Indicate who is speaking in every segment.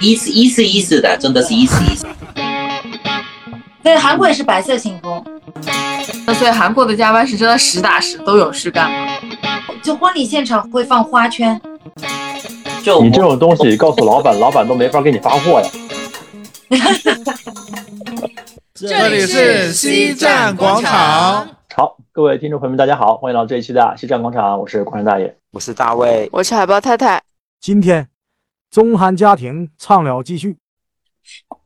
Speaker 1: 意思意思意思的，真的是意思意思。
Speaker 2: 对，韩国也是白色信封。
Speaker 3: 那所以韩国的加班是真的实打实都有事干吗？
Speaker 2: 就婚礼现场会放花圈，
Speaker 1: 就
Speaker 4: 你这种东西告诉老板，老板都没法给你发货呀。
Speaker 5: 这里是西站广场，
Speaker 4: 好，各位听众朋友们，大家好，欢迎来到这一期的西站广场，我是广场大爷。
Speaker 6: 我是大卫，
Speaker 7: 我是海豹太太，
Speaker 8: 今天中韩家庭畅聊继续。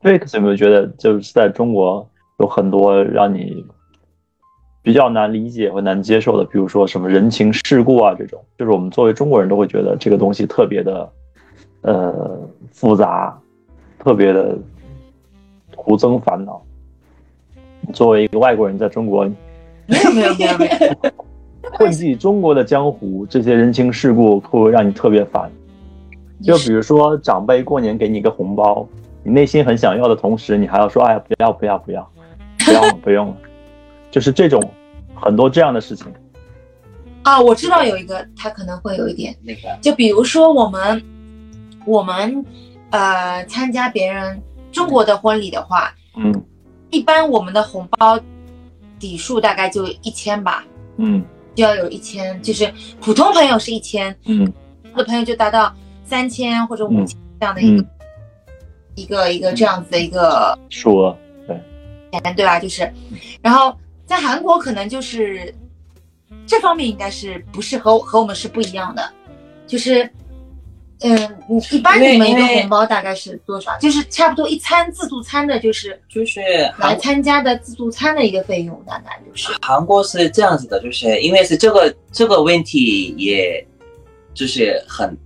Speaker 4: Fix 有没有觉得就是在中国有很多让你比较难理解和难接受的，比如说什么人情世故啊这种，就是我们作为中国人都会觉得这个东西特别的呃复杂，特别的徒增烦恼。作为一个外国人在中国
Speaker 2: 没有没有没有没有，
Speaker 4: 混迹中国的江湖，这些人情世故会不会让你特别烦？就比如说长辈过年给你一个红包，你内心很想要的同时，你还要说哎呀不要不要不要，不要了不用了，就是这种很多这样的事情。
Speaker 2: 啊，我知道有一个，他可能会有一点，
Speaker 1: 那个
Speaker 2: 就比如说我们我们呃参加别人中国的婚礼的话，
Speaker 4: 嗯
Speaker 2: 一般我们的红包底数大概就一千吧，
Speaker 4: 嗯
Speaker 2: 就要有一千，就是普通朋友是一千，
Speaker 4: 嗯
Speaker 2: 我的朋友就达到三千或者五
Speaker 4: 嗯
Speaker 2: 千这样的一个、
Speaker 4: 嗯，
Speaker 2: 一个一个这样子的一个
Speaker 4: 数额
Speaker 2: 钱，对吧？就是，然后在韩国可能就是这方面应该是不是和和我们是不一样的，就是，嗯，你一般
Speaker 1: 因为
Speaker 2: 你们一个
Speaker 1: 因为
Speaker 2: 红包大概是多少？就是差不多一餐自助餐的，就是
Speaker 1: 就是
Speaker 2: 来
Speaker 1: 韩
Speaker 2: 参加的自助餐的一个费用，大概就是
Speaker 1: 韩国是这样子的，就是因为是这个这个问题，也就是很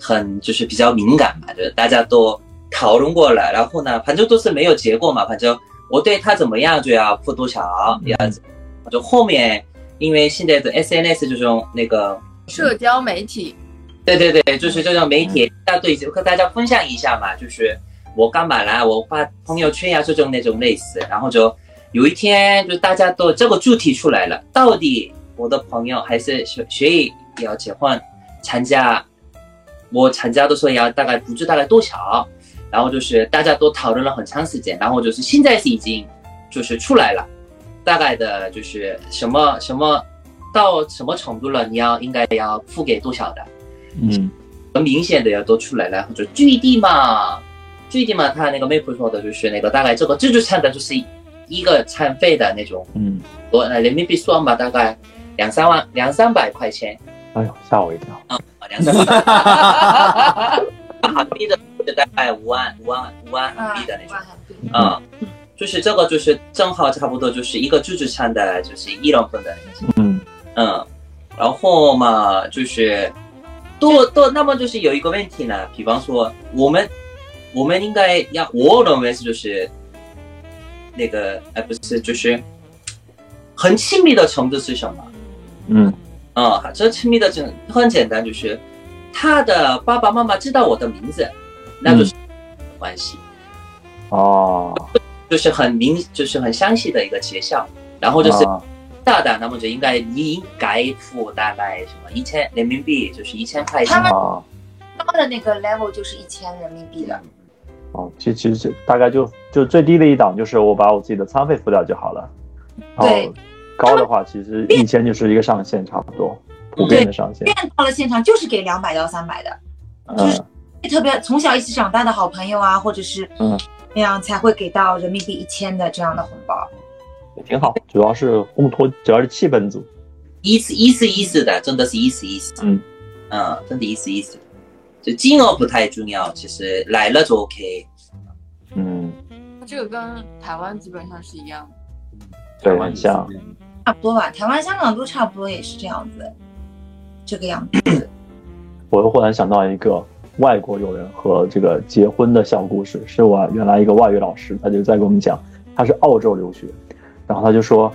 Speaker 1: 很就是比较敏感嘛，就是大家都讨论过了，然后呢，反正都是没有结果嘛，反正我对他怎么样就要付多少，也要就后面因为现在的 SNS 这种那个，
Speaker 3: 社交媒体
Speaker 1: 对对对，就是这种媒体，大家对和大家分享一下嘛，就是我干嘛啦，我发朋友圈呀、这种那种类似，然后就有一天就大家都这个主题出来了，到底我的朋友还是学学也要结婚参加，我参加的时候要大概补助大概多少，然后就是大家都讨论了很长时间，然后就是现在是已经就是出来了，大概的就是什么什么到什么程度了，你要应该要付给多少的。
Speaker 4: 嗯
Speaker 1: 很明显的要都出来了，或者具体嘛，具体嘛，他那个妹夫说的就是那个大概这个自助餐的就是一个餐费的那种，
Speaker 4: 嗯，
Speaker 1: 我呃人民币算吧，大概两三万两三百块钱
Speaker 4: 哎呦吓我一跳，
Speaker 1: 啊，两三百韩币的就大概五万五万五万
Speaker 2: 啊
Speaker 1: 韩币的那种，
Speaker 4: 嗯
Speaker 1: 啊、就是这个就是正好差不多就是一个自助餐的就是一人份的那种。
Speaker 4: 嗯
Speaker 1: 嗯，然后嘛，就是多多，那么就是有一个问题呢，比方说我们我们应该要，我认为是就是那个呃不是就是很亲密的程度是什么？
Speaker 4: 嗯
Speaker 1: 啊、这亲密的程很简单，就是他的爸爸妈妈知道我的名字，那就是关系，
Speaker 4: 哦，
Speaker 1: 就是很明，就是很详细的一个介绍，然后就是
Speaker 4: 啊
Speaker 1: 大的，那么就应该你应该付大概什么一千人民币，就是一千块钱
Speaker 2: 他。们
Speaker 4: 啊
Speaker 2: 他们的那个 level 就是一千人民币了。
Speaker 4: 哦，其其实大概就就最低的一档就是我把我自己的餐费付掉就好了，然后
Speaker 2: 对
Speaker 4: 高的话其实一千就是一个上限，差不多普遍的上限。
Speaker 2: 变到了现场就是给两百到三百的，
Speaker 4: 嗯
Speaker 2: 特别从小一起长大的好朋友啊，或者是
Speaker 4: 嗯
Speaker 2: 那样才会给到人民币一千的这样的红包。
Speaker 4: 也挺好，主要是烘托，主要是气氛组。
Speaker 1: 意思意思意思的，真的是意思意思。
Speaker 4: 嗯
Speaker 1: 嗯，真的意思意思。就金额不太重要，其实来了就 OK。
Speaker 4: 嗯，
Speaker 3: 这个跟台湾基本上是一样的。
Speaker 4: 对，很像。
Speaker 2: 差不多吧，台湾、香港都差不多也是这样子，这个样子。
Speaker 4: 我又忽然想到一个外国友人和这个结婚的小故事，是我原来一个外语老师，他就在跟我们讲，他是澳洲留学，然后他就说，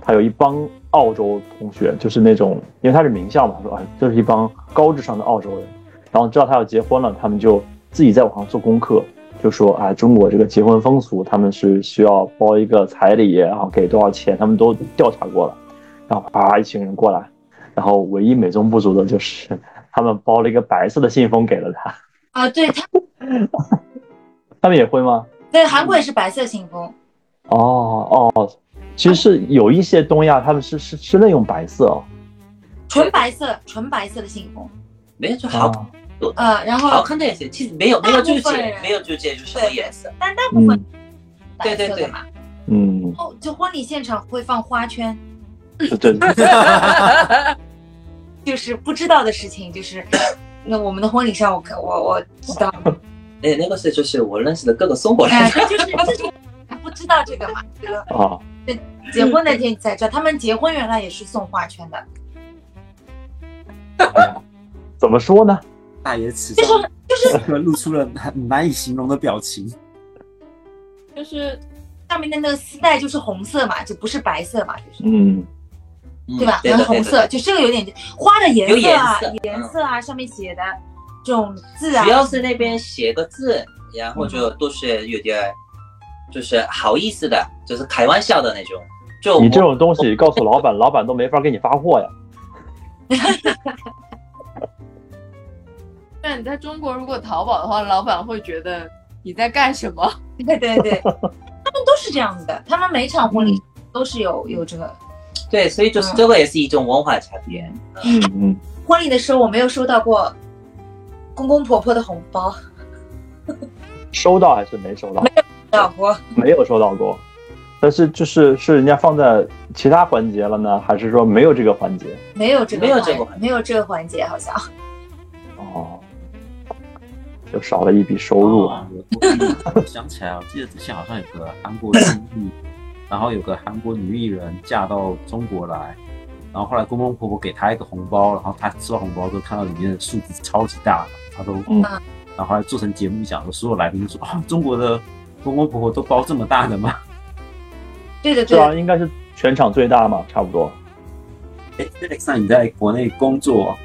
Speaker 4: 他有一帮澳洲同学，就是那种，因为他是名校嘛，他说啊，就是一帮高智商的澳洲人，然后知道他要结婚了，他们就自己在网上做功课，就说啊，中国这个结婚风俗，他们是需要包一个彩礼，然后给多少钱，他们都调查过了，然后啊啪一群人过来，然后啊唯一美中不足的就是。他们包了一个白色的信封给了他，
Speaker 2: 啊，对他
Speaker 4: 他们也会吗？
Speaker 2: 对，韩国也是白色信封，
Speaker 4: 哦哦，其实是有一些东亚，他们是是是那种白色哦。
Speaker 2: 纯白色，纯白色的信封。
Speaker 1: 没有就好
Speaker 4: 啊
Speaker 2: 呃，然
Speaker 1: 好
Speaker 2: 后
Speaker 1: 看的颜色，其实没有没有纠
Speaker 2: 大部分
Speaker 1: 结，
Speaker 2: 人
Speaker 1: 没有纠结就是什么颜色。
Speaker 2: 但大部分
Speaker 4: 嗯
Speaker 2: 白色
Speaker 1: 对对
Speaker 2: 的
Speaker 1: 对
Speaker 2: 嘛。
Speaker 4: 嗯，
Speaker 2: 哦，就婚礼现场会放花圈，
Speaker 4: 是真的。
Speaker 2: 就是不知道的事情，就是 那我们的婚礼上我，我我知 道，
Speaker 1: 那哎那个是就是我认识的各个中国人，
Speaker 2: 哎，对，就是就是不知道这个嘛，这个
Speaker 4: 啊，
Speaker 2: 结婚那天才知道，他们结婚原来也是送花圈的，
Speaker 4: 怎么说呢？
Speaker 6: 大爷此
Speaker 2: 就是
Speaker 6: 刻 露出了难难以形容的表情。
Speaker 2: 就是上面的那个丝带就是红色嘛，就不是白色嘛，就是。
Speaker 4: 嗯，
Speaker 1: 嗯
Speaker 2: 对吧？
Speaker 1: 对的
Speaker 2: 然后红色，，就这个有点花的颜
Speaker 1: 有
Speaker 2: 色啊，
Speaker 1: 颜色嗯
Speaker 2: 啊，上面写的这种字
Speaker 1: 对的
Speaker 2: 啊
Speaker 1: 主，要是那边写个字，然后就都是有点就是好意思的，就是开玩笑的那种。就我
Speaker 4: 你这种东西告诉老板，老板都没法给你发货呀。
Speaker 3: 但你在中国如果淘宝的话，老板会觉得你在干什么？
Speaker 2: 对对对，他们都是这样子的，他们每场
Speaker 1: 嗯
Speaker 2: 婚礼都是有有这个。
Speaker 1: 对，所以就是这个也是一种文化差别。
Speaker 4: 嗯嗯，
Speaker 2: 婚礼的时候我没有收到过公公婆婆的红包，
Speaker 4: 收到还是没收到？
Speaker 2: 老婆
Speaker 1: 嗯
Speaker 4: 没有收到过。但是就是是人家放在其他环节了呢，还是说没有这个环节？
Speaker 2: 没有这个
Speaker 1: 没有
Speaker 2: 环
Speaker 1: 这个环节
Speaker 2: 没有这个环节，好像
Speaker 4: 哦，就少了一笔收入啊。
Speaker 6: 哦！我我想起来，我记得之前好像有个韩国综艺，然后有个韩国女艺人嫁到中国来，然后后来公公婆婆给她一个红包，然后她收到红包之后看到里面的数字超级大，她都，
Speaker 4: 嗯
Speaker 6: 然后后来做成节目讲的，所有来宾都说啊，中国的公公婆婆都包这么大的吗？
Speaker 2: 对的
Speaker 4: 是
Speaker 2: 对
Speaker 4: 啊，
Speaker 2: 的，
Speaker 4: 应该是全场最大嘛，差不多。
Speaker 6: 哎，Alex，那你在国内工作，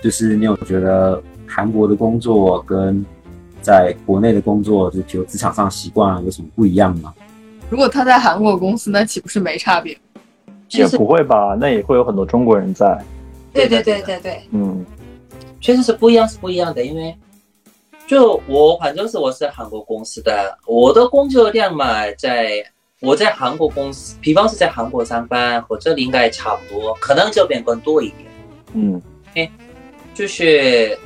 Speaker 6: 就是你有觉得韩国的工作跟在国内的工作，就比如职场上习惯有什么不一样吗？
Speaker 3: 如果他在韩国公司，那岂不是没差别？
Speaker 4: 也
Speaker 1: 确实
Speaker 4: 不会吧？那也会有很多中国人在。
Speaker 2: 对对
Speaker 1: 对的
Speaker 2: 对
Speaker 1: 对的
Speaker 2: 对对，
Speaker 4: 嗯
Speaker 1: 确实是不一样，是不一样的。因为就我反正是我是韩国公司的，我的工作量嘛，在我在韩国公司，比方是在韩国上班，和这里应该差不多，可能这边更多一点。
Speaker 4: 嗯
Speaker 1: 就是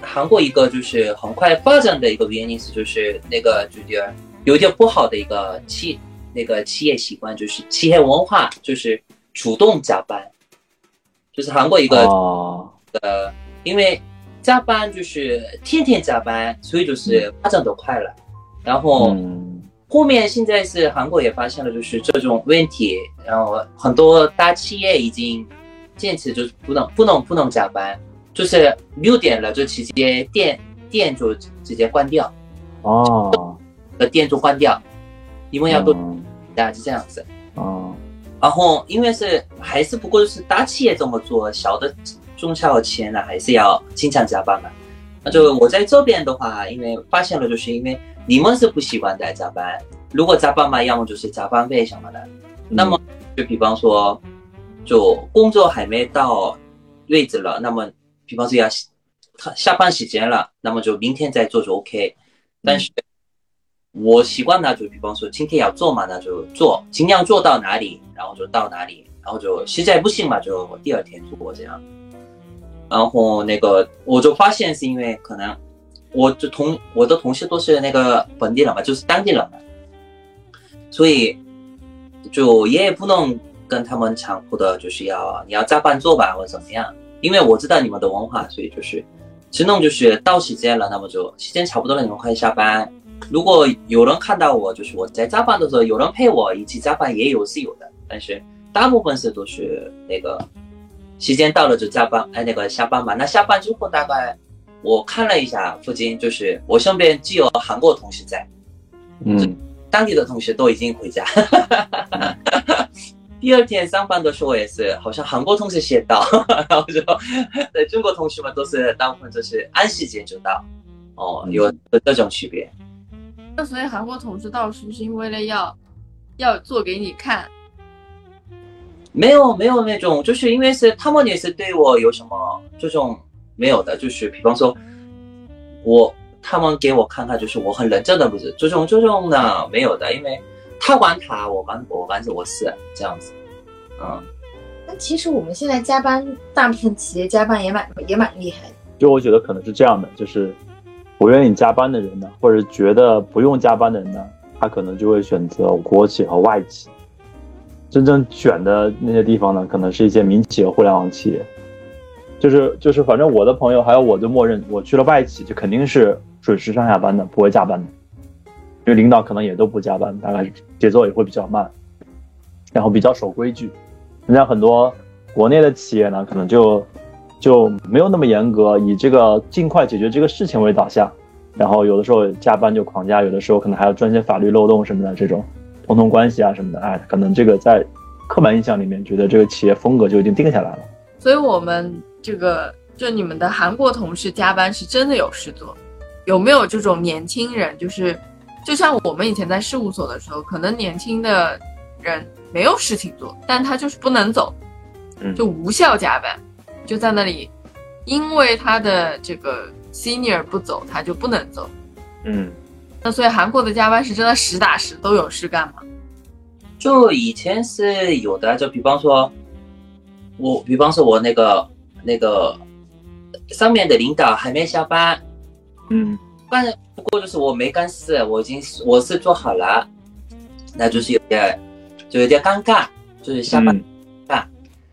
Speaker 1: 韩国一个就是很快发展的一个原因是，就是那个就有点有点不好的一个企那个呃企业习惯，就是企业文化，就是主动加班，就是韩国一个
Speaker 4: 啊，
Speaker 1: 呃，因为加班就是天天加班，所以就是发展的快了。然后
Speaker 4: 嗯
Speaker 1: 后面现在是韩国也发现了就是这种问题，然后很多大企业已经坚持就是不能不能不能加班，就是六点了就直接店店就直接关掉，
Speaker 4: 啊，
Speaker 1: 呃店就关掉，因为要多
Speaker 4: 嗯
Speaker 1: 大就这样子。
Speaker 4: 啊
Speaker 1: 然后因为是还是不过是大企业这么做，小的中小企业呢还是要经常加班嘛。那就我在这边的话，因为发现了，就是因为你们是不习惯在加班，如果加班嘛，要么就是加班费什么的。那么就比方说，就工作还没到位置了，那么比方说要他下班时间了，那么就明天再做就 OK。但是我习惯呢，就比方说今天要做嘛，那就做，尽量做到哪里，然后就到哪里，然后就实在不行嘛，就第二天做这样。然后那个我就发现是因为可能我就同我的同事都是那个本地人嘛，就是当地人嘛，所以就也不能跟他们强迫的，就是要你要加班做吧，或者怎么样。因为我知道你们的文化，所以就是只能就是到时间了，那么就时间差不多了，你们快下班。如果有人看到我，就是我在加班的时候，有人陪我一起加班也有是有的，但是大部分是都是那个时间到了就加班，哎，那个下班嘛。那下班之后大概我看了一下附近，就是我身边既有韩国同事在，
Speaker 4: 嗯
Speaker 1: 当地的同学都已经回家。第二天上班的时候也是，好像韩国同事先到，然后就 对中国同学们都是大部分都是按时间就到，哦，有有这种区别。
Speaker 3: 那所以韩国同事到是不是因为了要要做给你看？
Speaker 1: 没有没有那种，就是因为是他们也是对我有什么这种没有的，就是比方说我他们给我看看，就是我很认真的，不是这种这种的没有的，因为他玩他，我玩我玩我是这样子，嗯，
Speaker 2: 那其实我们现在加班，大部分企业加班也蛮也蛮厉害的。
Speaker 4: 就我觉得可能是这样的，就是不愿意加班的人呢，或者觉得不用加班的人呢，他可能就会选择国企和外企。真正卷的那些地方呢，可能是一些民企和互联网企业。就是就是，反正我的朋友还有我就默认，我去了外企就肯定是准时上下班的，不会加班的，因为领导可能也都不加班，大概节奏也会比较慢，然后比较守规矩。人家很多国内的企业呢，可能就就没有那么严格，以这个尽快解决这个事情为导向，然后有的时候加班就狂加，有的时候可能还要钻一些法律漏洞什么的，这种同同关系啊什么的，哎，可能这个在刻板印象里面觉得这个企业风格就已经定下来了。
Speaker 3: 所以我们这个就你们的韩国同事加班是真的有事做，有没有这种年轻人？就是就像我们以前在事务所的时候，可能年轻的人没有事情做，但他就是不能走
Speaker 4: 嗯，
Speaker 3: 就无效加班，就在那里，因为他的这个 senior 不走，他就不能走。
Speaker 4: 嗯，
Speaker 3: 那所以韩国的加班是真的实打实都有事干嘛？
Speaker 1: 就以前是有的，就比方说，我比方说我那个那个上面的领导还没下班，
Speaker 4: 嗯，
Speaker 1: 但是不过就是我没干事，我已经是我是做好了，那就是有点就有点尴尬，就是下班，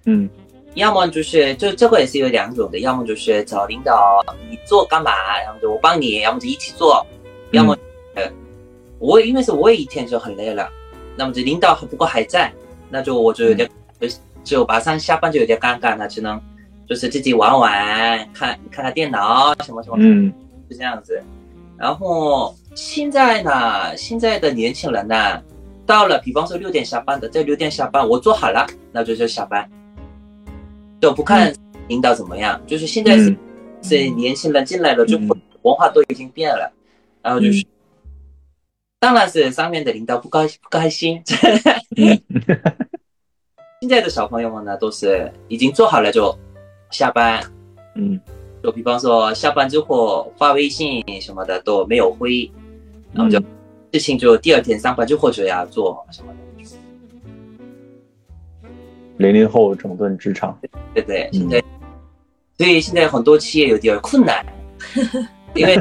Speaker 4: 嗯，
Speaker 1: 要么就是就这个也是有两种的，要么就是找领导你做干嘛，然后就我帮你，要么就一起做，要么、呃我因为是我也一天就很累了，那么就领导不过还在，那就我就有点、就就马上下班就有点尴尬，那只能就是自己玩玩，看看看电脑什么什么，
Speaker 4: 嗯，
Speaker 1: 是这样子。然后现在呢，现在的年轻人呢，到了比方说六点下班的，这六点下班我做好了，那就就下班，就不看领导怎么样。就是现在是、
Speaker 4: 嗯
Speaker 1: 是年轻人进来了之后，
Speaker 4: 嗯
Speaker 1: 文化都已经变了，然后就是。当然是上面的领导不高不开心。 现在的小朋友们呢，都是已经做好了就下班，
Speaker 4: 嗯，
Speaker 1: 就比方说下班之后发微信什么的都没有回，然后
Speaker 4: 嗯
Speaker 1: 就、事情就第二天上班之后就要做什么的，
Speaker 4: 零零后整顿职场。
Speaker 1: 对不对？
Speaker 4: 嗯
Speaker 1: 现在，所以现在很多企业有点困 难，因为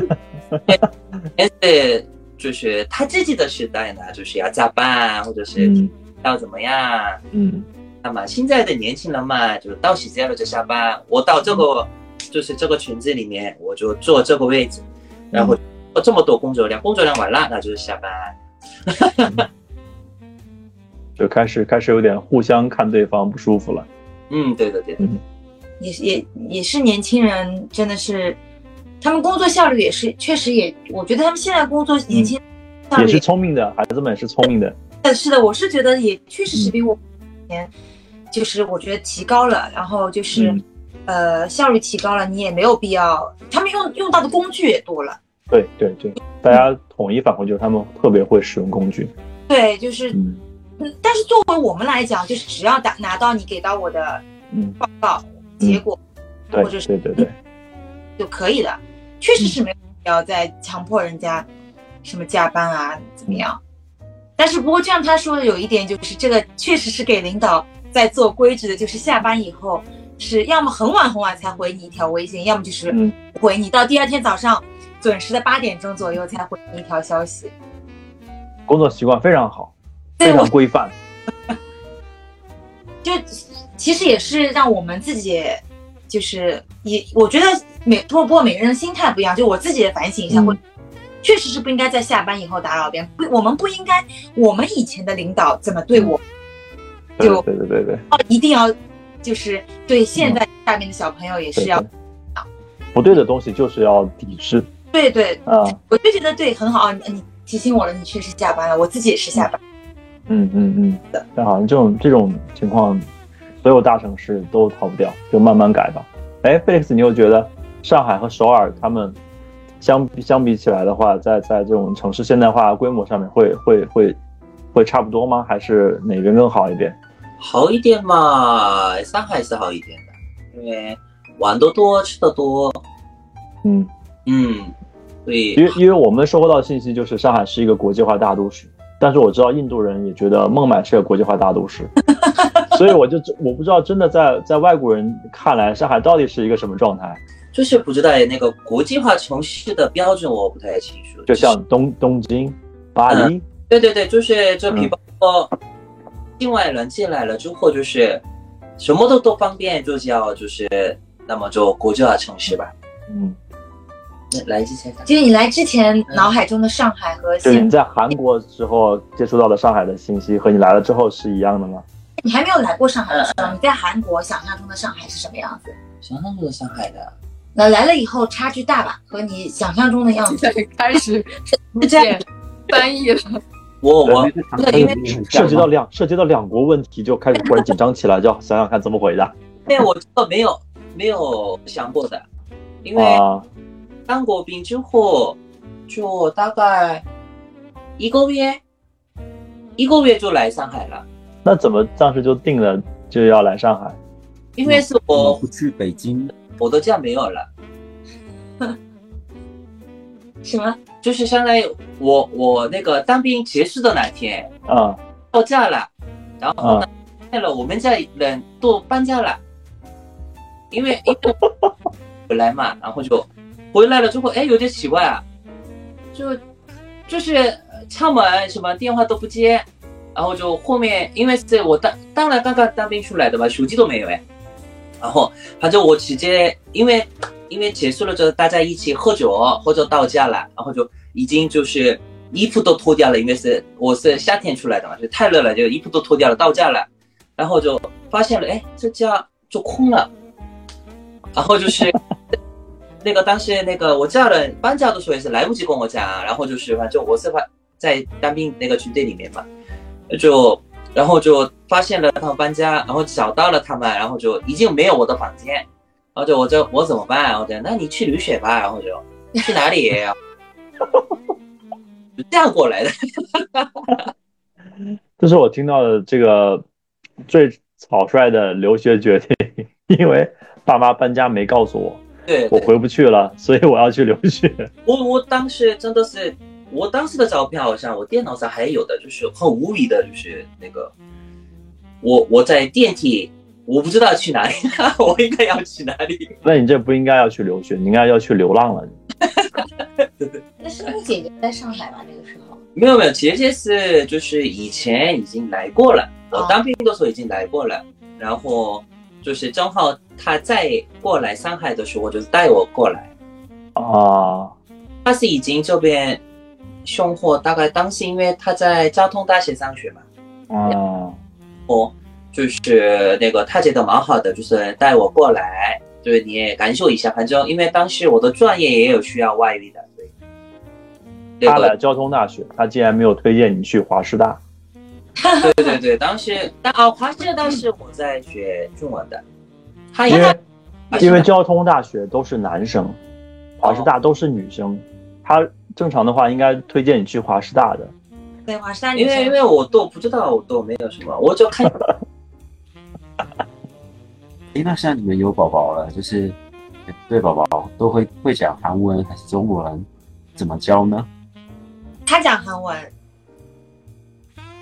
Speaker 1: 因为就是他自己的时代呢，就是要加班或者是
Speaker 4: 嗯
Speaker 1: 要怎么样，
Speaker 4: 嗯
Speaker 1: 那么现在的年轻人嘛，就到时间了就下班。我到这个、就是这个群子里面，我就坐这个位置，然后做这么多工作量，工作量完了那就是下班。
Speaker 4: 就开始开始有点互相看对方不舒服了。
Speaker 1: 嗯，对的对的，
Speaker 2: 也是也也是年轻人，真的是，他们工作效率也是，确实也，我觉得他们现在工作年
Speaker 4: 嗯
Speaker 2: 轻效
Speaker 4: 也
Speaker 2: 率
Speaker 4: 是聪明的，孩子们也是聪明的。
Speaker 2: 呃，是的，我是觉得也确
Speaker 4: 嗯
Speaker 2: 实是比我以前，就是我觉得提高了，然后就是，
Speaker 4: 嗯
Speaker 2: 呃，效率提高了，你也没有必要，他们用用到的工具也多了，
Speaker 4: 对对对，大家统一反馈就是他们特别会使用工具。
Speaker 2: 对，就是，
Speaker 4: 嗯
Speaker 2: 嗯，但是作为我们来讲，就是只要打拿到你给到我的
Speaker 4: 嗯，
Speaker 2: 报告结果、
Speaker 4: 对
Speaker 2: 或者是
Speaker 4: 对对对，
Speaker 2: 就可以了，确实是没有必要再强迫人家什么加班啊怎么样。但是不过这样他说的有一点就是，这个确实是给领导在做规矩的，就是下班以后是要么很晚很晚才回你一条微信，要么就是
Speaker 4: 嗯
Speaker 2: 不回你到第二天早上准时的八点钟左右才回你一条消息。
Speaker 4: 工作习惯非常好，
Speaker 2: 对
Speaker 4: 非
Speaker 2: 我
Speaker 4: 常 规范。
Speaker 2: 就其实也是让我们自己，就是也我觉得每不过不过每个人的心态不一样，就我自己的反省一下，
Speaker 4: 嗯
Speaker 2: 会确实是不应该在下班以后打扰别人，不，我们不应该我们以前的领导怎么对我，
Speaker 4: 嗯对
Speaker 2: 就
Speaker 4: 对对对对，
Speaker 2: 一定要就是对现在下面的小朋友也
Speaker 4: 嗯对
Speaker 2: 是要
Speaker 4: 对不对的东西就是要抵制
Speaker 2: 对对，
Speaker 4: 啊。
Speaker 2: 我就觉得对很好，哦你你提醒我了，你确实下班了，我自己也是下班，
Speaker 4: 嗯嗯嗯，但好像这种这种情况，所有大城市都逃不掉，就慢慢改吧。哎，Felix，你有觉得上海和首尔他们相比相比起来的话，在在这种城市现代化规模上面会会会会差不多吗？还是哪边更好一点？
Speaker 1: 好一点嘛，上海是好一点的，因为玩的多，吃的多，
Speaker 4: 嗯，
Speaker 1: 嗯，所以
Speaker 4: 因为因为我们收获到的信息就是上海是一个国际化大都市，但是我知道印度人也觉得孟买是个国际化大 都市，所以我就我不知道真的在在外国人看来上海到底是一个什么状态。
Speaker 1: 就是不知道那个国际化城市的标准，我不太清楚。
Speaker 4: 就是像东东京、巴黎，
Speaker 1: 对对对，就是就
Speaker 4: 嗯
Speaker 1: 比方说，境外人进来了之后，就是什么都都方便，就叫就是那么就国际化城市吧。
Speaker 4: 嗯，
Speaker 1: 那来之前，
Speaker 2: 就是你来之前脑海中的上海和
Speaker 4: 就是
Speaker 2: 现
Speaker 4: 你
Speaker 2: 在，
Speaker 4: 在韩国之后接触到的上海的信息和你来了之后是一样的吗？
Speaker 2: 你还没有来过上海的时候，
Speaker 4: 嗯
Speaker 2: 你在韩国想象中的上海是什么样子？
Speaker 1: 想象中的上海的，
Speaker 2: 那来了以后差距大吧，和你想象中的样
Speaker 3: 现
Speaker 2: 子
Speaker 3: 在开 始逐
Speaker 2: 这样
Speaker 3: 渐翻译了。
Speaker 1: 我我
Speaker 6: 对，因为
Speaker 4: 涉及到两涉及到两国问题就开始忽然紧张起来，就要想想看怎么回答
Speaker 1: 对我这个没有没有想过的，因为
Speaker 4: 啊。
Speaker 1: 当过兵之后，就大概一个月，一个月就来上海了，
Speaker 4: 那怎么当时就定了就要来上海？
Speaker 1: 因为是
Speaker 6: 我
Speaker 1: 我
Speaker 6: 不去北京，
Speaker 1: 我的假没有了。
Speaker 2: 什么？
Speaker 1: 就是相当于我我那个当兵结束的那天
Speaker 4: 啊
Speaker 1: 到家了，然后呢
Speaker 4: 啊，
Speaker 1: 看了我们家人都搬家了，因为因为回来嘛，然后就回来了之后，哎，有点奇怪啊，就就是呃敲门什么电话都不接，然后就后面因为是我当当然刚刚当兵出来的嘛，手机都没有哎，然后反正我直接因为因为结束了之后大家一起喝酒，喝酒到家了，然后就已经就是衣服都脱掉了，因为是我是夏天出来的嘛，就太热了，就衣服都脱掉了，到家了，然后就发现了，哎，这家就空了，然后就是那个当时那个我家人搬家的时候也是来不及跟我讲啊，然后就是反正我是在当兵那个军队里面嘛，就然后就发现了他们搬家，然后找到了他们，然后就已经没有我的房间，然后就我就我怎么办啊？我讲那你去旅雪吧，然后就去哪里？就这样过来的，
Speaker 4: 这是我听到的这个最草率的留学决定， 因为爸妈搬家没告诉我，
Speaker 1: 对，
Speaker 4: 我
Speaker 1: 对
Speaker 4: 回不去了，所以我要去留学。
Speaker 1: 我我当时真的是，我当时的照片好像我电脑上还有的，就是很无语的，就是那个，我我在电梯，我不知道去哪里， 我应该要去哪里？
Speaker 4: 那你这不应该要去留学，你应该要去流浪了。
Speaker 2: 那是你姐姐在上海吧？那个时候，
Speaker 1: 没有没有，姐姐是就是以前已经来过了，我
Speaker 2: 哦
Speaker 1: 当兵的时候已经来过了，然后就是正好她再过来上海的时候，就是带我过来。
Speaker 4: 啊，
Speaker 1: 他是已经这边凶货，大概当时因为他在交通大学上学嘛，
Speaker 4: 啊，
Speaker 1: 哦，就是那个他觉得蛮好的，就是带我过来，就是你也感受一下，反正因为当时我的专业也有需要外语的，所以这
Speaker 4: 他来
Speaker 1: 个
Speaker 4: 交通大学，他竟然没有推荐你去华师大。
Speaker 1: 对对对，当时当啊，华师当时我在学中文的，他
Speaker 4: 因
Speaker 1: 应
Speaker 4: 为
Speaker 1: 该华师大
Speaker 4: 因为交通大学都是男生，华师大都是女生，他正常的话应该推荐你去华师大的。
Speaker 2: 对，华山
Speaker 1: 因
Speaker 2: 女
Speaker 1: 为因
Speaker 2: 生，
Speaker 1: 为我都不知道，我都没有什么，我就看
Speaker 6: 哎，那现在你们有宝宝了，就是对宝宝都会会讲韩文还是中文，怎么教呢？
Speaker 2: 她讲韩文，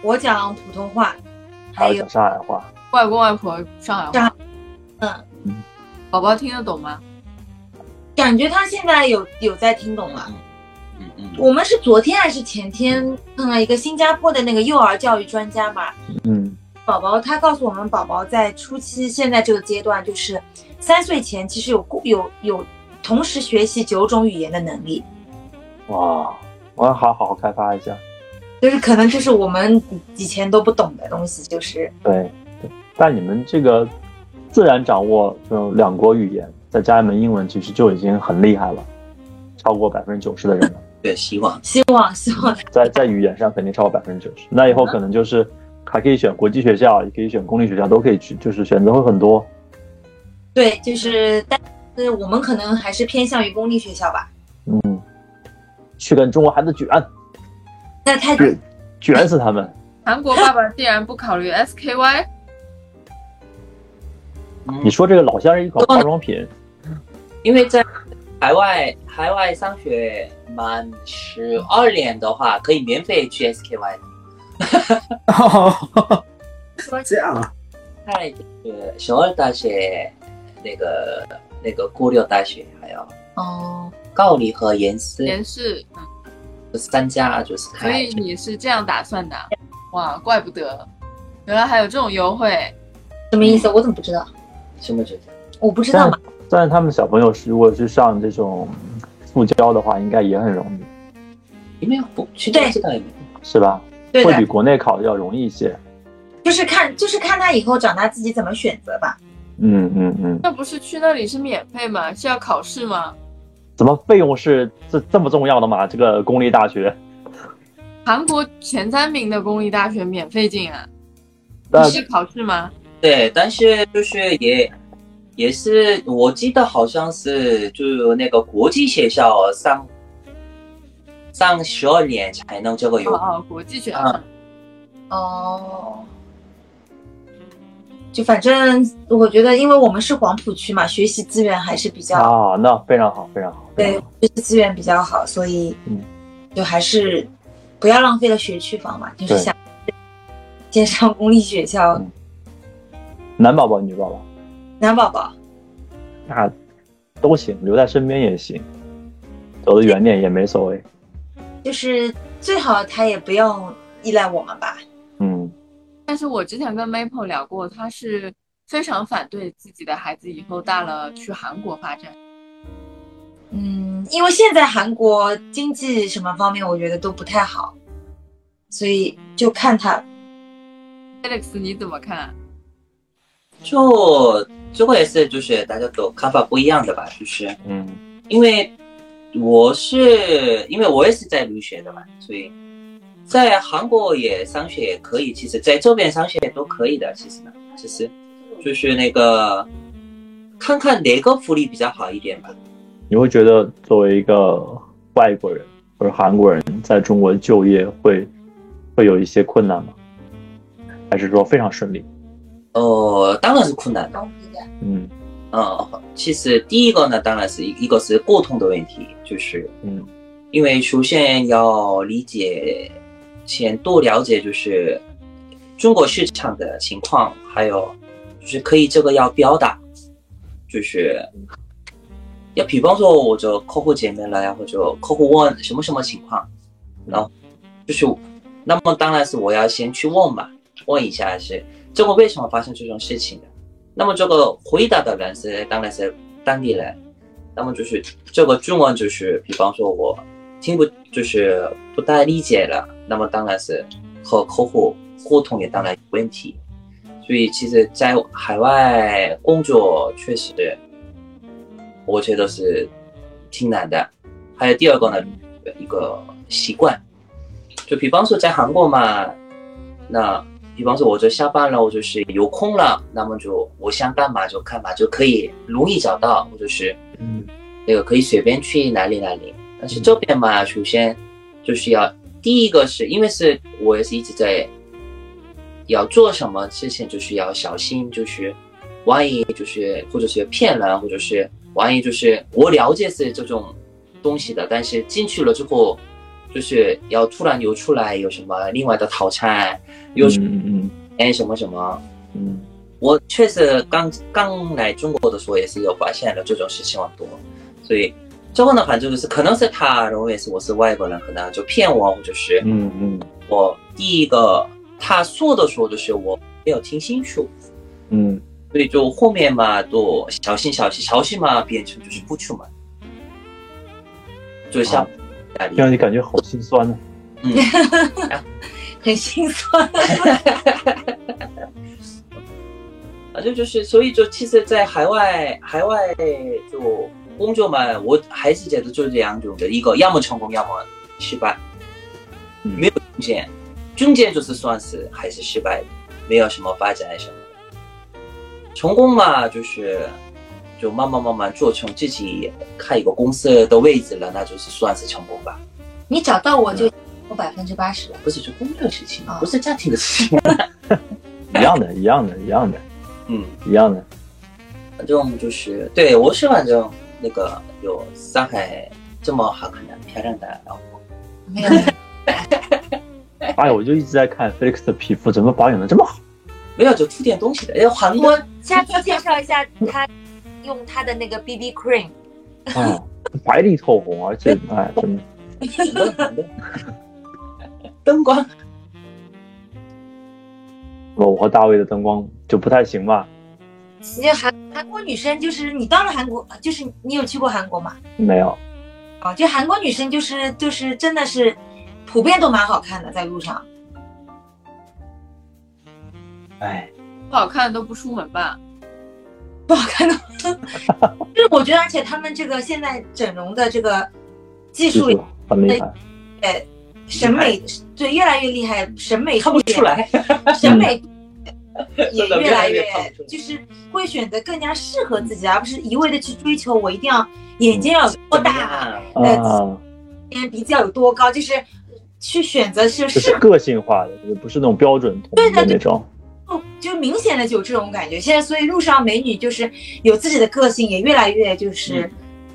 Speaker 2: 我讲普通话，
Speaker 4: 还
Speaker 2: 还
Speaker 4: 有
Speaker 2: 有
Speaker 4: 讲上海话，
Speaker 3: 外公外婆上海话，
Speaker 2: 嗯，
Speaker 3: 宝宝听得懂吗？
Speaker 2: 感觉她现在有有在听懂了。
Speaker 1: 嗯嗯
Speaker 2: 我们是昨天还是前天碰到一个新加坡的那个幼儿教育专家嘛，
Speaker 4: 嗯
Speaker 2: 宝宝他告诉我们，宝宝在初期现在这个阶段，就是三岁前其实有过有有同时学习九种语言的能力，
Speaker 4: 哇，我要好好好开发一下。
Speaker 2: 就是可能就是我们以前都不懂的东西，就是
Speaker 4: 对，
Speaker 2: 嗯
Speaker 4: 对，但你们这个自然掌握这种两国语言，再加一门英文，其实就已经很厉害了，超过百分之九十 的人了，
Speaker 1: 对，希望
Speaker 2: 希望希望
Speaker 4: 在在语言上肯定超过百分之九十。那以后可能就是还可以选国际学校，也可以选公立学校，都可以去，就是选择会很多。
Speaker 2: 对，就是但是我们可能还是偏向于公立学校吧。
Speaker 4: 嗯，去跟中国孩子卷，
Speaker 2: 那他
Speaker 4: 对卷死他们。
Speaker 2: 嗯
Speaker 3: 韩国爸爸竟然不考虑 SKY，
Speaker 4: 嗯
Speaker 2: 嗯
Speaker 4: 你说这个老像是一款化妆品，
Speaker 1: 因为在海外海外上学满十二年的话，可以免费去 SKY 的。
Speaker 6: 哦 这样啊，
Speaker 1: 在这个首尔大学、那个那个国立大学，还有
Speaker 2: 哦，
Speaker 1: 高丽和延思
Speaker 3: 也是，
Speaker 1: 这三家就是
Speaker 3: 所
Speaker 1: 开
Speaker 3: 嗯以。你是这样打算的啊？哇，怪不得，原来还有这种优惠。
Speaker 2: 什么意思？我怎么不知道？
Speaker 1: 什么学校？
Speaker 2: 我不知道
Speaker 4: 但
Speaker 2: 嘛。
Speaker 4: 但是他们小朋友是如果是上这种复交的话，应该也很容易，
Speaker 1: 你们不去这知道也没有。
Speaker 4: 是吧？
Speaker 2: 对
Speaker 4: 会
Speaker 2: 的
Speaker 4: 比，国内考的要容易一些。
Speaker 2: 就是看就是看他以后长大自己怎么选择吧。
Speaker 4: 嗯嗯嗯，
Speaker 3: 那不是去那里是免费吗？是要考试吗？
Speaker 4: 怎么费用是这这么重要的吗？这个公立大学，
Speaker 3: 韩国前三名的公立大学免费进啊？
Speaker 4: 但
Speaker 3: 不是考试吗？
Speaker 1: 对，但是就是也也是，我记得好像是就是那个国际学校上上十二年才能这个有
Speaker 3: 哦。哦，国际学校。
Speaker 1: 啊
Speaker 2: 哦，就反正我觉得，因为我们是黄浦区嘛，学习资源还是比较、
Speaker 4: 啊，那非常好，非常好。非
Speaker 2: 对
Speaker 4: 常好，
Speaker 2: 学习资源比较好，所以
Speaker 4: 嗯
Speaker 2: 就还是不要浪费了学区房嘛，就是
Speaker 4: 对
Speaker 2: 想先上公立学校
Speaker 4: 嗯，男宝宝、女宝宝，
Speaker 2: 男宝宝
Speaker 4: 那都行，留在身边也行，走得远点也没所谓。
Speaker 2: 就是最好他也不用依赖我们吧。
Speaker 4: 嗯，
Speaker 3: 但是我之前跟 Maple 聊过，他是非常反对自己的孩子以后大了去韩国发展。
Speaker 2: 嗯，因为现在韩国经济什么方面，我觉得都不太好，所以就看他
Speaker 3: Alex，你怎么看？啊
Speaker 1: 就这个也是，就是大家都看法不一样的吧，就是
Speaker 4: 嗯，
Speaker 1: 因为我是因为我也是在留学的嘛，所以在韩国也上学也可以，其实在这边上学都可以的，其实呢，其实就是那个看看哪个福利比较好一点吧。
Speaker 4: 你会觉得作为一个外国人或者韩国人在中国就业会会有一些困难吗？还是说非常顺利？
Speaker 1: 呃，当然是困难的。
Speaker 4: 嗯
Speaker 1: 嗯，其实第一个呢，当然是一一个是沟通的问题，就是
Speaker 4: 嗯
Speaker 1: 因为首先要理解，先多了解就是中国市场的情况，还有就是可以这个要表达，就是要比方说我的客户见面了呀，或者客户问什么什么情况，然后就是那么当然是我要先去问嘛，问一下是这个为什么发生这种事情的，那么这个回答的人是当然是当地人。那么就是这个中文，就是比方说我听不就是不太理解了，那么当然是和客户沟通也当然有问题。所以其实，在海外工作确实，我觉得是挺难的。还有第二个呢，一个习惯，就比方说在韩国嘛，那比方说我就下班了，我就是有空了，那么就我想干嘛就干嘛就可以容易找到，或者是
Speaker 4: 嗯
Speaker 1: 那个可以随便去哪里哪里。但是这边嘛，首先就是要第一个是因为是我也是一直在要做什么事情，就是要小心，就是万一就是或者是骗人，或者是万一就是我了解是这种东西的，但是进去了之后，就是要突然流出来有什么另外的套餐，有什么
Speaker 4: 嗯嗯
Speaker 1: 哎什么什么。
Speaker 4: 嗯
Speaker 1: 我确实刚刚来中国的时候也是有发现了这种事情很多，所以最后呢，反正就是可能是他认为是我是外国人，可能就骗我，或者是
Speaker 4: 嗯嗯
Speaker 1: 我第一个他说的时候就是我没有听清楚，
Speaker 4: 嗯
Speaker 1: 所以就后面嘛都小心小心小心嘛，变成就是不出门，就像
Speaker 4: 啊
Speaker 1: 家
Speaker 4: 嗯，
Speaker 1: 里
Speaker 4: 让你感觉好心酸呢。
Speaker 1: 嗯，
Speaker 2: 很心酸。
Speaker 1: 反正啊就是，所以就其实，在海外海外就工作嘛，我还是觉得就两种的，一个要么成功，要么失败，
Speaker 4: 嗯
Speaker 1: 没有中间，中间就是算是还是失败的，没有什么发展什么的。成功嘛，就是就慢慢慢慢做成自己开一个公司的位置了，那就是算是成功吧。
Speaker 2: 你找到我就我百分之八十了。
Speaker 1: 不是就工作的事情
Speaker 2: 啊，
Speaker 1: 不是家庭的事情。
Speaker 4: 一样的，一样的，一样的，
Speaker 1: 嗯，
Speaker 4: 一样的。
Speaker 1: 反正就是对我是反正那个有上海这么好看的、漂亮的老婆。
Speaker 2: 没 有，
Speaker 4: 哎，我就一直在看 Felix 的皮肤怎么保养的 这么好。
Speaker 1: 没有，就涂点东西的。因为韩国
Speaker 7: 我下次介绍一下他用他的那个 BB cream，
Speaker 4: 啊，白里透红，而且哎，真的
Speaker 1: 很多很多 灯光，
Speaker 4: 我和大卫的灯光就不太行吧？
Speaker 7: 你还
Speaker 2: 韩国女生就是你到了韩国，就是你有去过韩国吗？
Speaker 4: 没有，
Speaker 2: 啊，就韩国女生就是就是真的是普遍都蛮好看的，在路上。
Speaker 4: 哎，
Speaker 3: 不好看都不出门吧？
Speaker 2: 不好看的，就是我觉得，而且他们这个现在整容的这个技
Speaker 4: 技
Speaker 2: 术
Speaker 4: 术很厉害。
Speaker 2: 审美对越来越厉害，审美呃
Speaker 1: 看不出来。
Speaker 2: 审美 也
Speaker 1: 真的
Speaker 2: 越来
Speaker 1: 越
Speaker 2: 越
Speaker 1: 来越看不出来
Speaker 2: 就是会选择更加适合自己，而不是一味的去追求我一定要眼睛要有多大，
Speaker 1: 啊？
Speaker 4: 啊，
Speaker 2: 鼻子要有多高，就是去选择是
Speaker 4: 就
Speaker 2: 适
Speaker 4: 是个性化的，就是不是那种标准统一的那种。
Speaker 2: 合，哦就明显的就有这种感觉。现在所以路上美女就是有自己的个性，也越来越就是、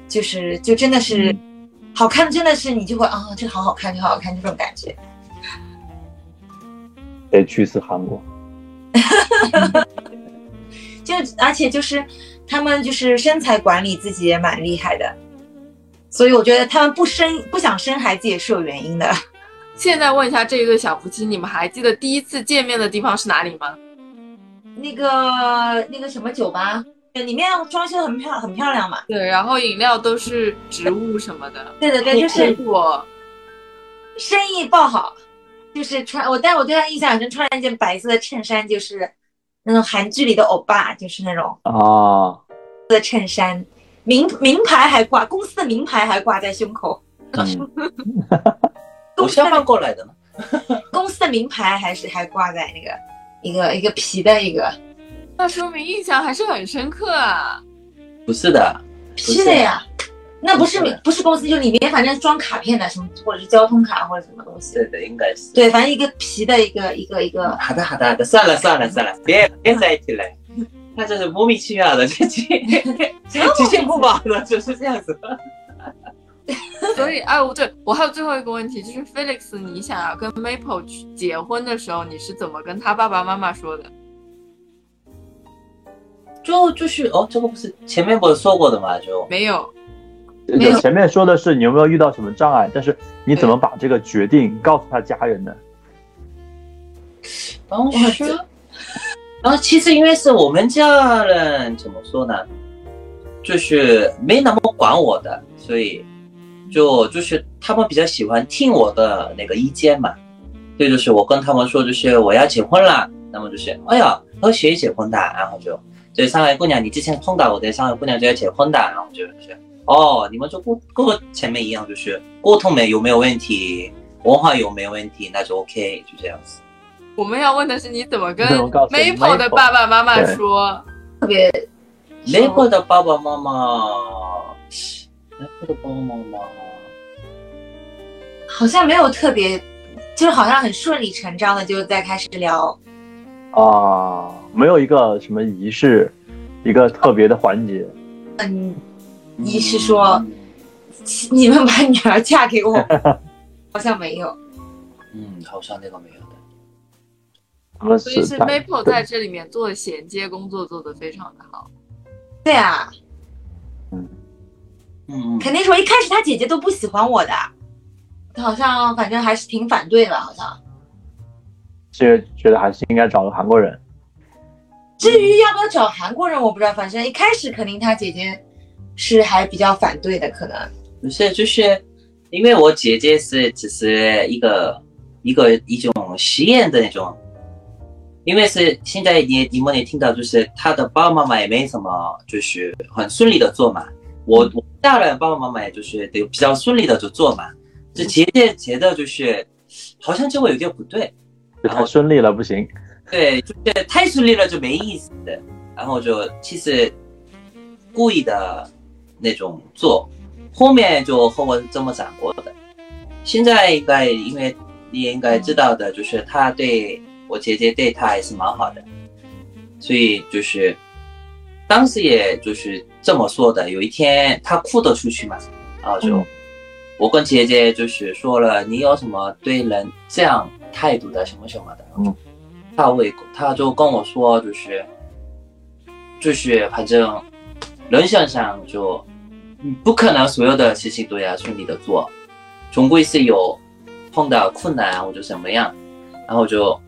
Speaker 2: 就是就真的是。好看真的是你就会啊，这个好好看，这个好好看，这种感觉。
Speaker 4: 得去一次韩国，
Speaker 2: 就而且就是他们就是身材管理自己也蛮厉害的，所以我觉得他们不生不想生孩子也是有原因的。
Speaker 3: 现在问一下这一对小夫妻，你们还记得第一次见面的地方是哪里吗？
Speaker 2: 那个那个什么酒吧，里面装修很漂很漂亮嘛。
Speaker 3: 对，然后饮料都是植物什么的，
Speaker 2: 对的对，就
Speaker 3: 水
Speaker 2: 是
Speaker 3: 果。
Speaker 2: 生意爆好，就是穿我，但我对他印象很深，穿了一件白色的衬衫，就是那种韩剧里的欧巴，就是那种
Speaker 4: 啊，
Speaker 2: 的衬衫，名名牌还挂，公司的名牌还挂在胸口，
Speaker 4: 嗯，
Speaker 1: 我相反过来的呢。
Speaker 2: 公司的名牌还是还挂在那个一个一个皮的一个
Speaker 3: 那说明印象还是很深刻啊！
Speaker 1: 不是的，不
Speaker 2: 是
Speaker 1: 是
Speaker 2: 的呀，那不是
Speaker 1: 不是
Speaker 2: 不是公司，就里面反正装卡片的什么，或者是交通卡或者什么东西。
Speaker 1: 对的，应该是。
Speaker 2: 对，反正一个皮的一个一个一个，
Speaker 1: 好的，好的，好的，算了，算了，算了，别别在一起了。那就是莫名其妙的， 这这极限不保的，就是这样子。
Speaker 3: 所以，哎，我对我还有最后一个问题，就是 Felix，你想要跟 Maple 去结婚的时候，你是怎么跟他爸爸妈妈说的？
Speaker 1: 就就是哦，这个不是前面不是说过的嘛？就
Speaker 3: 没有，没有
Speaker 4: 就前面说的是你有没有遇到什么障碍，但是你怎么把这个决定告诉他家人呢？
Speaker 1: 当时，然后其实因为是我们家人怎么说呢，就是没那么管我的，所以就就是他们比较喜欢听我的那个意见嘛。所以就是我跟他们说，就是我要结婚了，那么就是哎呀和谁结婚的，然后就对上海姑娘，你之前碰到我的上海姑娘就要结婚的，然后就是哦，你们就跟跟我前面一样，就是沟通没有没有问题，文化有没有问题，那就 OK，就这样子。
Speaker 3: 我们要问的是你怎么跟
Speaker 4: 你怎么告诉
Speaker 3: Maple 的
Speaker 4: Maple
Speaker 3: 爸爸妈妈
Speaker 4: 对
Speaker 3: 说？
Speaker 1: 雷波的爸爸妈妈，雷波的爸爸妈妈，
Speaker 2: 好像没有特别，就是好像很顺理成章的就在开始聊。
Speaker 4: 啊，没有一个什么仪式，一个特别的环节，
Speaker 2: 嗯，你是说 你们把女儿嫁 给我？好像没有，
Speaker 1: 嗯，好像那个没有的，
Speaker 4: 那
Speaker 3: 所以是
Speaker 4: 大
Speaker 3: Maple 在这里面做的衔接工作做得非常的好。
Speaker 2: 对啊，
Speaker 1: 嗯嗯，
Speaker 2: 肯定是我一开始他姐姐都不喜欢我的，她好像反正还是挺反对的，好像。
Speaker 4: 是觉得还是应该找个韩国人。
Speaker 2: 至于要不要找韩国人，我不知道，反正一开始肯定他姐姐是还比较反对的，可能。
Speaker 1: 不是，就是因为我姐姐是只是一个一个一种实验的那种，因为是现在你你们也听到，就是她的爸爸妈妈也没什么，就是很顺利的做嘛。我我大人爸爸妈妈也就是得比较顺利的就做嘛，这姐姐觉得就是好像这个有点不对。
Speaker 4: 就太顺利了，不行。
Speaker 1: 对，就是太顺利了就没意思的，然后就其实故意的那种做，后面就和我这么讲过的。现在应该因为你也应该知道的，就是他对我姐姐对他还是蛮好的，所以就是当时也就是这么说的。有一天他哭着出去嘛，然啊后就、
Speaker 4: 嗯
Speaker 1: 我跟姐姐就是说了，你有什么对人这样态度的什么什么的，
Speaker 4: 嗯
Speaker 1: 他会他就跟我说，就是就是反正人生上就嗯不可能所有的事情都要顺利的做，总归是有碰到困难或者怎么样，然后就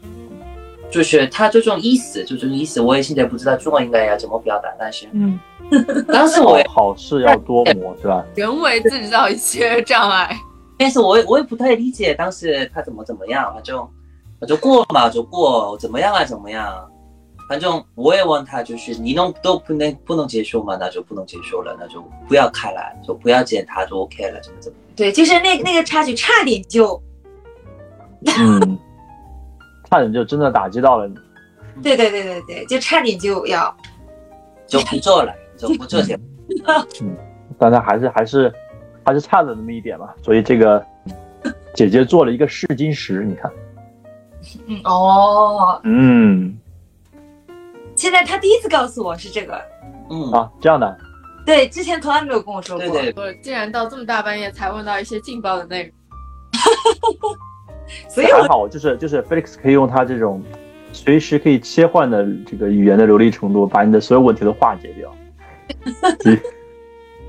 Speaker 1: 就是他这种意思，就这种意思，我也现在不知道中文应该要怎么表达，但是
Speaker 4: 嗯，
Speaker 1: 当时
Speaker 4: 好
Speaker 1: 我也，
Speaker 4: 好事要多磨，是吧？
Speaker 3: 人为制造一些障碍。
Speaker 1: 但是我也我也不太理解当时他怎么怎么样，反正我就过嘛，就过，怎么样啊怎么样，反正我也问他，就是你能都不能不能接受嘛，那就不能接受了，那就不要看了，就不要见他，就 OK 了，怎么怎么。
Speaker 2: 对，就是那那个插曲，差点就
Speaker 4: 嗯，差点就真的打击到了你。
Speaker 2: 对对对对对，就差点就要
Speaker 1: 就不做了，就不做节目。
Speaker 4: 但他还是还是还是差了那么一点嘛，所以这个姐姐做了一个试金石，你看，
Speaker 2: 嗯哦。
Speaker 4: 嗯
Speaker 2: 现在他第一次告诉我是这个，
Speaker 1: 嗯，
Speaker 4: 啊，这样的，
Speaker 2: 对，之前从来没有跟我说过。
Speaker 1: 对对，
Speaker 3: 我竟然到这么大半夜才问到一些劲爆的内容，
Speaker 2: 所以
Speaker 4: 还
Speaker 2: 我
Speaker 4: 好，就是就是 Felix 可以用他这种随时可以切换的这个语言的流利程度，把你的所有问题都化解 掉。嗯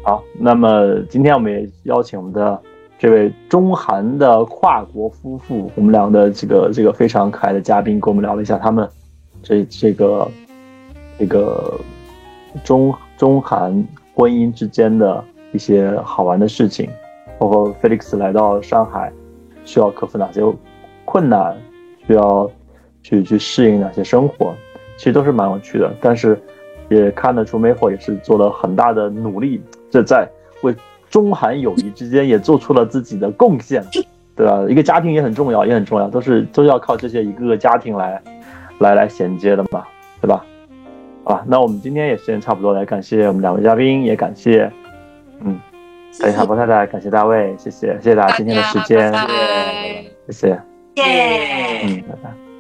Speaker 4: 好，那么今天我们也邀请我们的这位中韩的跨国夫妇，我们俩的这个这个非常可爱的嘉宾，跟我们聊了一下他们这这个这个中中韩婚姻之间的一些好玩的事情，包括 Felix 来到上海需要克服哪些困难，需要去去适应哪些生活，其实都是蛮有趣的。但是也看得出 Maple 也是做了很大的努力，这在为中韩友谊之间也做出了自己的贡献， 对吧？一个家庭也很重要，也很重要，都是都要靠这些一个个家庭来来来衔接的嘛，对吧？啊，那我们今天也时间差不多了，来感谢我们两位嘉宾，也感谢，嗯，感谢海波太太，感谢大卫，谢谢，谢谢大家今天的时间，
Speaker 3: 拜拜。
Speaker 4: 谢谢，
Speaker 2: 耶。
Speaker 4: 嗯，拜拜。